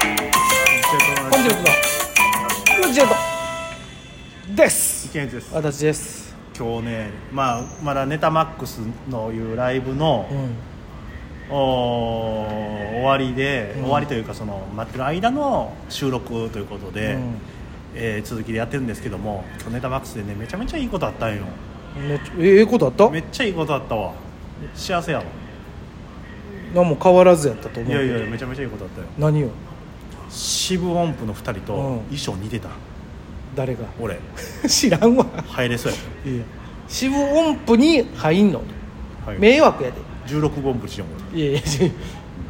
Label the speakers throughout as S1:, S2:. S1: コンチェルトのコンチェルトです
S2: 池内です
S1: 私です
S2: 今日ね、まあ、まだネタマックスのいうライブの、
S1: うん
S2: おー終わりで、終わりというかその待ってる間の収録ということで、
S1: うん
S2: えー続きでやってるんですけども今日ネタマックスでねめちゃめちゃいいことあったんよ
S1: めっちゃええことあった
S2: めっちゃいいことあったわ幸せやわ
S1: 何も変わらずやったと思う
S2: い
S1: けど
S2: やいやめちゃめちゃいいことあったよ
S1: 何よ
S2: 四分音符の2人と
S1: うん
S2: 衣装似てた、
S1: 誰が
S2: 俺
S1: 知らんわ
S2: 入れそうや、
S1: いや四分音符に入んの
S2: はい、
S1: 迷惑やで
S2: 16分音符しよう
S1: いやいやちょ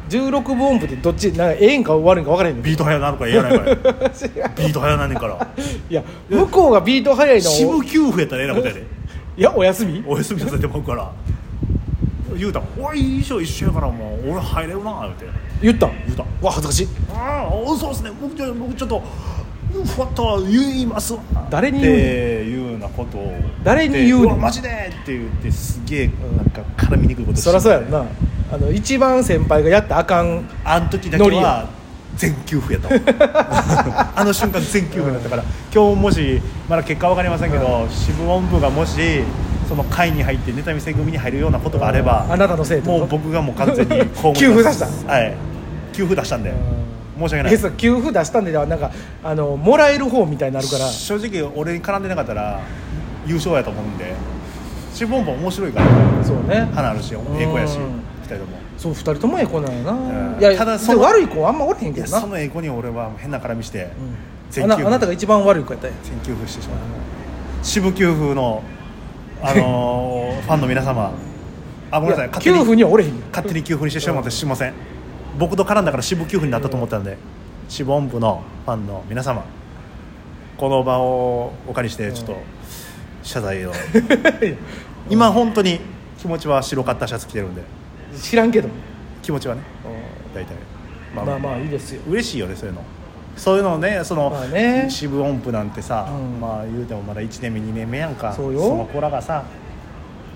S1: 16分音符ってどっちなんかええんか悪いんか分からへんの
S2: ビート早なるからええやないかい
S1: 知らん
S2: ビート早なんねんから
S1: いや向こうがビート速いのを
S2: 四分九分やったらええなこと やで
S1: いやお休み
S2: お休みさせてもらうから言うた「おい衣装一緒やからもう俺入れるな」って
S1: 言った
S2: 言うた
S1: わ恥ずかしい
S2: 「ああそうですね僕ちょ僕ちょっとふわっと言いますわ」
S1: 誰に
S2: っ
S1: 言うねん
S2: ていうようなことを
S1: 誰に言うねん
S2: でわマジで!」って言ってすげえなんか絡みにくいことして
S1: そりゃそうやろなあの一番先輩がやったらあかん
S2: あの時だけ
S1: ノリや
S2: は全休符やったわ あの瞬間全休符だったから、今日もしまだ結果わかりませんけど、支部音部がもしその会に入ってネタ見せ組に入るようなことがあれば、
S1: うんあなたのせいってこと
S2: もう僕がもう完 全に被ります
S1: 給付出した
S2: はい給付出したんで、申し訳ない
S1: えそう給付出したんでなんかあのもらえる方みたいになるから
S2: 正直俺に絡んでなかったら優勝やと思うんで支部音部面白いから
S1: そうね
S2: 花あるし英語やし
S1: うん
S2: 二人とも。
S1: そう二人ともええ子なんや
S2: う
S1: なんいや
S2: ただ
S1: で
S2: その
S1: 悪い子はあんまおれへん
S2: い
S1: け
S2: や
S1: どな
S2: その英語に俺は変な絡みして、
S1: うんあなあなたが一番悪い子やったんや
S2: 全給付してしまう渋給付の、あの ーファンの皆様あごめんなさい
S1: いや
S2: 勝
S1: 給
S2: 手
S1: 付
S2: に
S1: にはおれへんよ
S2: 勝手に給付にしてしまってすいません僕と絡んだから渋給付になったと思ったんで渋音部のファンの皆様この場をお借りしてちょっと謝罪を今本当に気持ちは白かったシャツ着てるんで
S1: 知らんけど
S2: 気持ちはね大体まあ
S1: まあまあいいですよ
S2: 嬉しいよねそういうのそういうのをねその、
S1: まあね
S2: 四分音符なんてさ、
S1: うん
S2: まあ言うてもまだ1年目2年目やんか
S1: そうよ
S2: の子らがさ、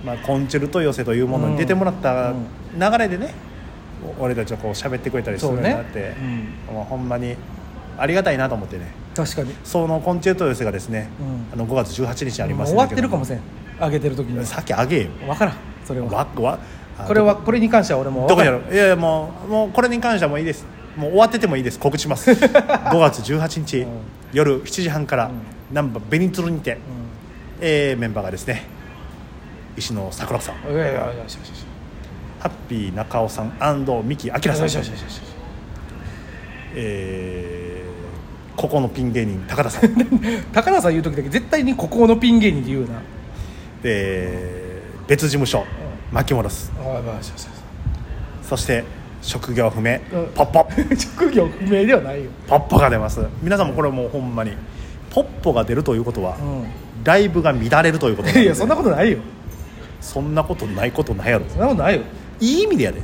S2: まあ、コンチェルト寄せというものに出てもらった
S1: うん
S2: 流れでね、お俺たちはこう喋ってくれたりするようになって、
S1: そうね
S2: もうほんまにありがたいなと思ってね
S1: 確かに
S2: そのコンチェルト寄せがですね、
S1: う
S2: あ
S1: ん
S2: の5月18日にあり
S1: もう
S2: ます
S1: 終わってるかもしれ
S2: ん
S1: ん上げてる時に
S2: だけど
S1: は
S2: さっきあげよ
S1: 分からんそれは
S2: わわあ
S1: これはこれに関しては俺も
S2: どこ
S1: 分
S2: に
S1: か
S2: や
S1: らん
S2: ろういやいやもうもうこれに関してはもういいですもう終わっててもいいです告知します 5月18日、
S1: ん
S2: 夜7時半から、難波ベニツルにて、えーメンバーがですね石野桜子さん
S1: うんいやいやいやよしよしよし
S2: ハッピー中尾さん三木明さ
S1: よ
S2: ん
S1: しよしよしよし
S2: えーここのピン芸人高田 さん
S1: 高田さん言う時だけ絶対にここのピン芸人で言うな
S2: で別事務所巻き戻す
S1: ああよしよしよし
S2: そして職業不明
S1: うん
S2: ポッポ
S1: 職業不明ではないよ、
S2: ポッポが出ます皆さんもこれもうほんまにポッポが出るということは、ライブが乱れるということなんで
S1: いやそんなことないよ
S2: そんなことないことないやろ
S1: そんなことないよ
S2: いい意味でやで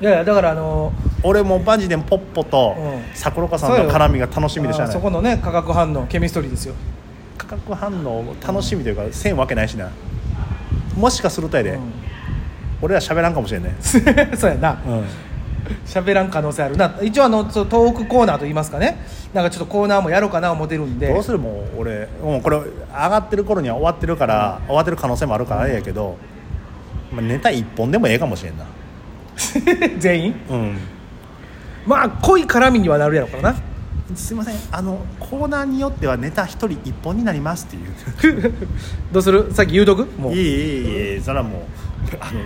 S1: いやいやだからあの
S2: 俺もマジでポッポと
S1: うん
S2: 桜子さんの絡みが楽しみでしゃあ
S1: あー
S2: な
S1: そ
S2: い
S1: このね化学反応ケミストリーですよ
S2: 価格反応を楽しみというかせんわけないしなもしかするとやで、
S1: ん
S2: 俺ら喋らんかもしれんね、
S1: そうやな
S2: うん、
S1: 喋らん可能性あるな一応あのそうトークコーナーと言いますかねなんかちょっとコーナーもやろうかな思ってるんで
S2: どうするもう俺もうこれ上がってる頃には終わってるから、終わってる可能性もあるからあれやけど、まあ、ネタ一本でもええかもしれんな
S1: 全員
S2: うん
S1: まあ濃い絡みにはなるやろうからな
S2: すいませんあのコーナーによってはネタ一人一本になりますっていう
S1: どうするさっき言うとくもう
S2: いえいえいえそれは もうあの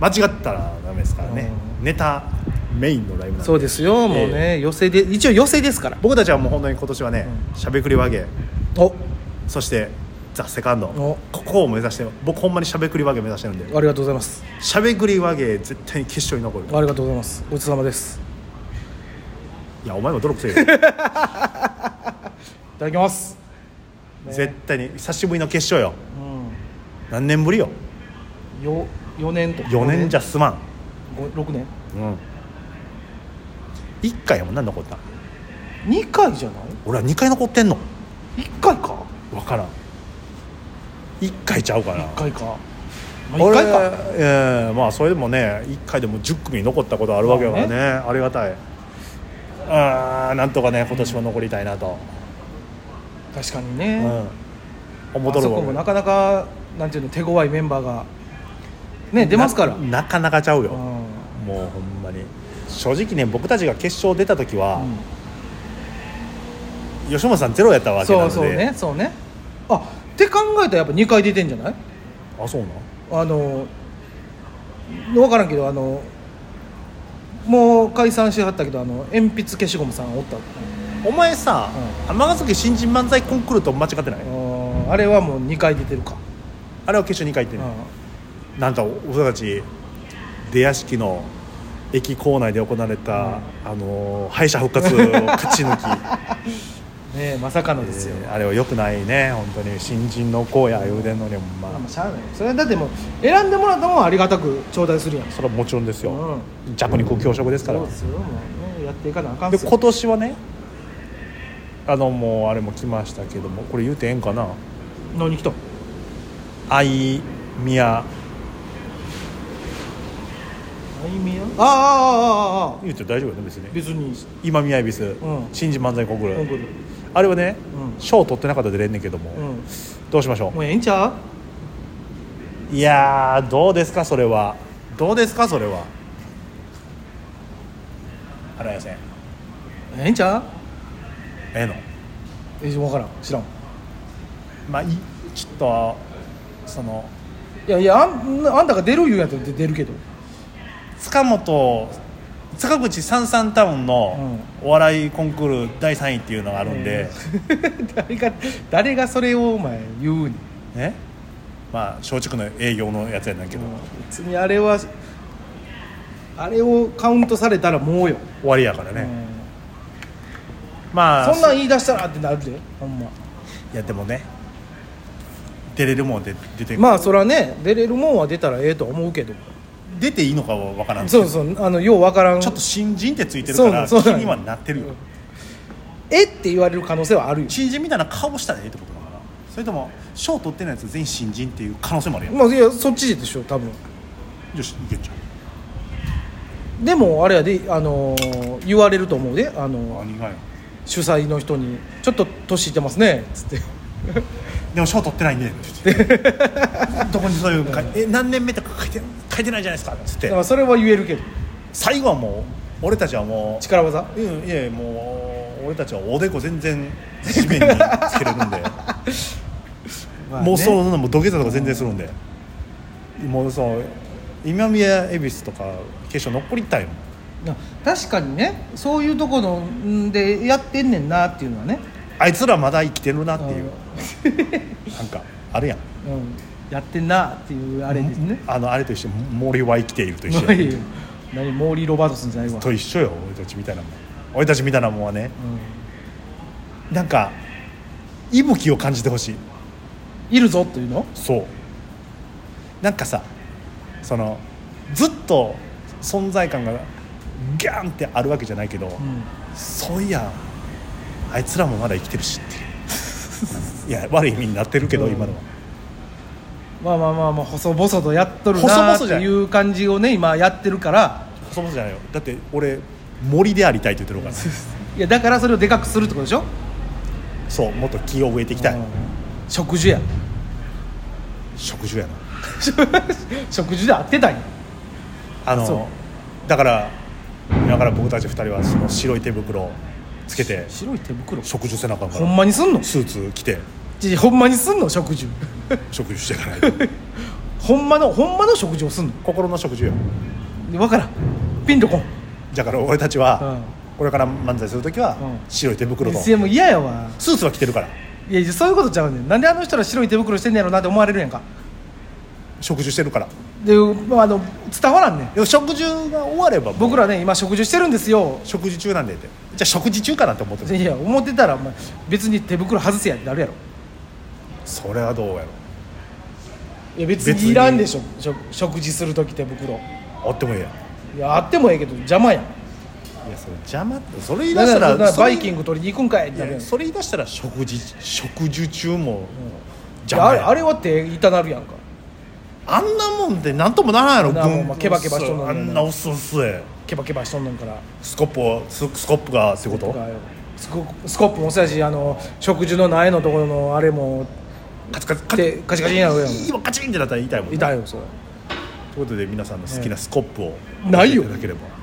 S2: 間違ったらダメですからね、ネタメインのライブなんで
S1: そうですよもうね、寄せで一応寄せですから
S2: 僕たちはもう本当に今年はねしゃべくり和芸
S1: お
S2: そしてザ・セカンド
S1: お
S2: ここを目指して僕ほんまにしゃべくり和芸目指してるんで
S1: ありがとうございます
S2: しゃべくり和芸絶対に決勝に残る
S1: ありがとうございますごちそうさまです
S2: いやお前も努力せ えよ
S1: いただきます
S2: 絶対に久しぶりの決勝よ
S1: う
S2: 何年ぶりよ
S1: んよ4年と
S2: 4年じゃすまん
S1: 6年
S2: うん1回やもんな残った
S1: 2回じゃない
S2: 俺は2回残ってんの
S1: 1回か
S2: 分からん1回ちゃうかな
S1: 1回か、まあ、
S2: 俺
S1: 1回か
S2: ええまあそれでもね1回でも10組残ったことあるわけだからねありがたいあーなんとかね今年も残りたいなと、
S1: 確かに
S2: う
S1: ね、
S2: ん思
S1: あ
S2: っとる
S1: そ
S2: わ
S1: こもなかなかなんていうの手強いメンバーがね出ますから、
S2: ななかなかちゃうよ、
S1: うん
S2: もうほんまに正直ね僕たちが決勝出た時は、吉本さんゼロやったわけな
S1: そ
S2: の
S1: う
S2: で
S1: そうねそうねあって考えたらやっぱ2回出てんじゃない
S2: あそうなん
S1: あの分からんけどあのもう解散しはったけどあの鉛筆消しゴムさんおった
S2: お前さ尼、崎新人漫才コンクールと間違ってない、
S1: あーあれはもう2回出てるか、
S2: あれは決勝2回行って
S1: うん
S2: ね、なんと俺たち出屋敷の駅構内で行われた、あのー敗者復活を勝ち抜き
S1: ねえまさかの ですよ、
S2: えーあれはよくないね本当に新人の子や言うてんのにほんま
S1: まあまあしゃあないそれはだってもう選んでもらったもんはありがたく頂戴するやん
S2: それはもちろんですよ、
S1: う
S2: 弱肉強食ですから
S1: そうですよもう、ね、やっていかなあかんっ
S2: です
S1: よ
S2: 今年はねあのもうあれも来ましたけどもこれ言うてええんかな
S1: 何来たん
S2: あいみや
S1: あいみやあああああああ
S2: 言うて大丈夫よね別に
S1: 別に
S2: 今宮恵比寿、
S1: うん
S2: 新人漫才コンクール、
S1: コンクール
S2: あれはね、
S1: うん
S2: 賞取ってなかったら出れんねんけども、
S1: うん
S2: どうしましょ
S1: もうええんちゃう
S2: ういやーどうですかそれはどうですかそれはあらやせんえ
S1: ええんちゃう
S2: えの
S1: え分からん知らん
S2: まあいちょっとその
S1: いやいやあんあんたが出る言うんやったら出るけど
S2: 塚本塚口さんさんタウンのお笑いコンクール第3位っていうのがあるんで、
S1: 誰が誰がそれをお前言うねん
S2: ねまあ松竹の営業のやつやねんけど、
S1: 別にあれはあれをカウントされたらもうよ、
S2: 終わりやから
S1: う
S2: ね、
S1: ん
S2: まあ
S1: そんなん言い出したらってなるでほんま
S2: いやでもね出れるもんで出て、
S1: まあそらね出れるもんは出たらええとは思うけど
S2: 出ていいのかは分からんけ
S1: そ
S2: ど
S1: うそうあのようわからん
S2: ちょっと新人ってついてるから気
S1: そうなんそうなん
S2: にはなってるよ
S1: えって言われる可能性はあるよ
S2: 新人みたいな顔したらええってことなのかなそれとも賞取ってないやつ全員新人っていう可能性もあるやん、
S1: まあいやそっちでしょ多分
S2: よしいけんちゃう
S1: でもあれやで、あのー言われると思うで、あのー
S2: 何がよ
S1: 主催の人に「ちょっと年いってますね」っつって
S2: で も賞取ってないねって言ってどこにそういうの書い え何年目とか書いて書いてないじゃないですかっつっ
S1: だから
S2: て
S1: それは言えるけど
S2: 最後はもう俺たちはもう
S1: 力技
S2: うんいやいやもう俺たちはおでこ全然地面につけれるん でもうそ
S1: ね
S2: うなのもう土下座とか全然するんで、もうそう今宮恵比寿とか決勝残りたいもん
S1: な確かにねそういうところでやってんねんなっていうのはね、
S2: あいつらまだ生きてるなっていう、なんかあるやん
S1: うん、やってんなっていうあれですね
S2: あのあれと一緒森は生きていると一緒
S1: いやいや 何モーリー・ロバートソンじゃないわ、
S2: と一緒よ俺たちみたいなもん俺たちみたいなもんはね
S1: う
S2: なんか息吹を感じてほしい
S1: ん、いるぞっていうの
S2: そうなんかさそのずっと存在感がギャンってあるわけじゃないけど、
S1: うん
S2: そういやあいつらもまだ生きてるしっていういや悪い意味になってるけど、
S1: うん
S2: 今のは
S1: まあまあまあまあ細々とやっとる
S2: 細
S1: な
S2: 々
S1: って
S2: じゃない
S1: いう感じをね今やってるから
S2: そもそもじゃないよだって俺森でありたいって言ってるから、
S1: いやだからそれをでかくするってことでしょ
S2: そうもっと木を植えていきたい、
S1: うん植樹や
S2: 植樹やな
S1: 植樹で合ってたんや
S2: あ
S1: そ
S2: のだからだから僕たち二人はその白い手袋をつけて
S1: 白い手袋
S2: 植樹せなあかんか
S1: ほん
S2: ら
S1: まにすんの
S2: スーツ着て
S1: ちほんまにすんの植樹
S2: 植樹していかない と
S1: ほんまのほんまの植樹をすんの
S2: 心の植樹よ
S1: 分からんピンとこん
S2: だから俺たちはこれから漫才する時は
S1: うん
S2: 白い手袋と
S1: いやもう嫌やわ
S2: スーツは着てるから
S1: いやいやそういうことちゃうねんなんであの人ら白い手袋してんねやろなって思われるやんか
S2: 植樹してるから
S1: で、まあ、あの伝わらんねん
S2: でも食事が終わればもう
S1: 僕らね今植樹してるんですよ
S2: 食事中なんでってじゃあ食事中かなって思ってる
S1: いや思ってたらお前別に手袋外せやってなるやろ
S2: それはどうやろ
S1: いや別にいらんでしょ食食事する時手袋
S2: あってもいいや
S1: いやあってもええけど邪魔やん
S2: いやそれ邪魔ってそれ言い出
S1: だ
S2: し
S1: か
S2: たら
S1: らだから
S2: それ
S1: バイキング取りに行くんかいって
S2: い
S1: なるや
S2: や
S1: ん
S2: それ言い出したら食事食事中も
S1: い
S2: 邪
S1: やあ
S2: 魔
S1: れ
S2: や
S1: あれは手痛なるやんか
S2: あんなもんでなんともならんやろ
S1: なあ
S2: ぐん
S1: もうまあケバケバしとんのに
S2: あんなおっすおっすえ
S1: ケケバケバしとんのんから
S2: スコップをススコップがってこと
S1: とかよスコスコップもそうやしあの食事の苗のところのあれも
S2: カチカチ
S1: でカチカチになるやん
S2: 今カチンってなったら痛いもんね
S1: 痛いよそれ
S2: ということで皆さんの好きなスコップを
S1: ないよ
S2: 教えていただければ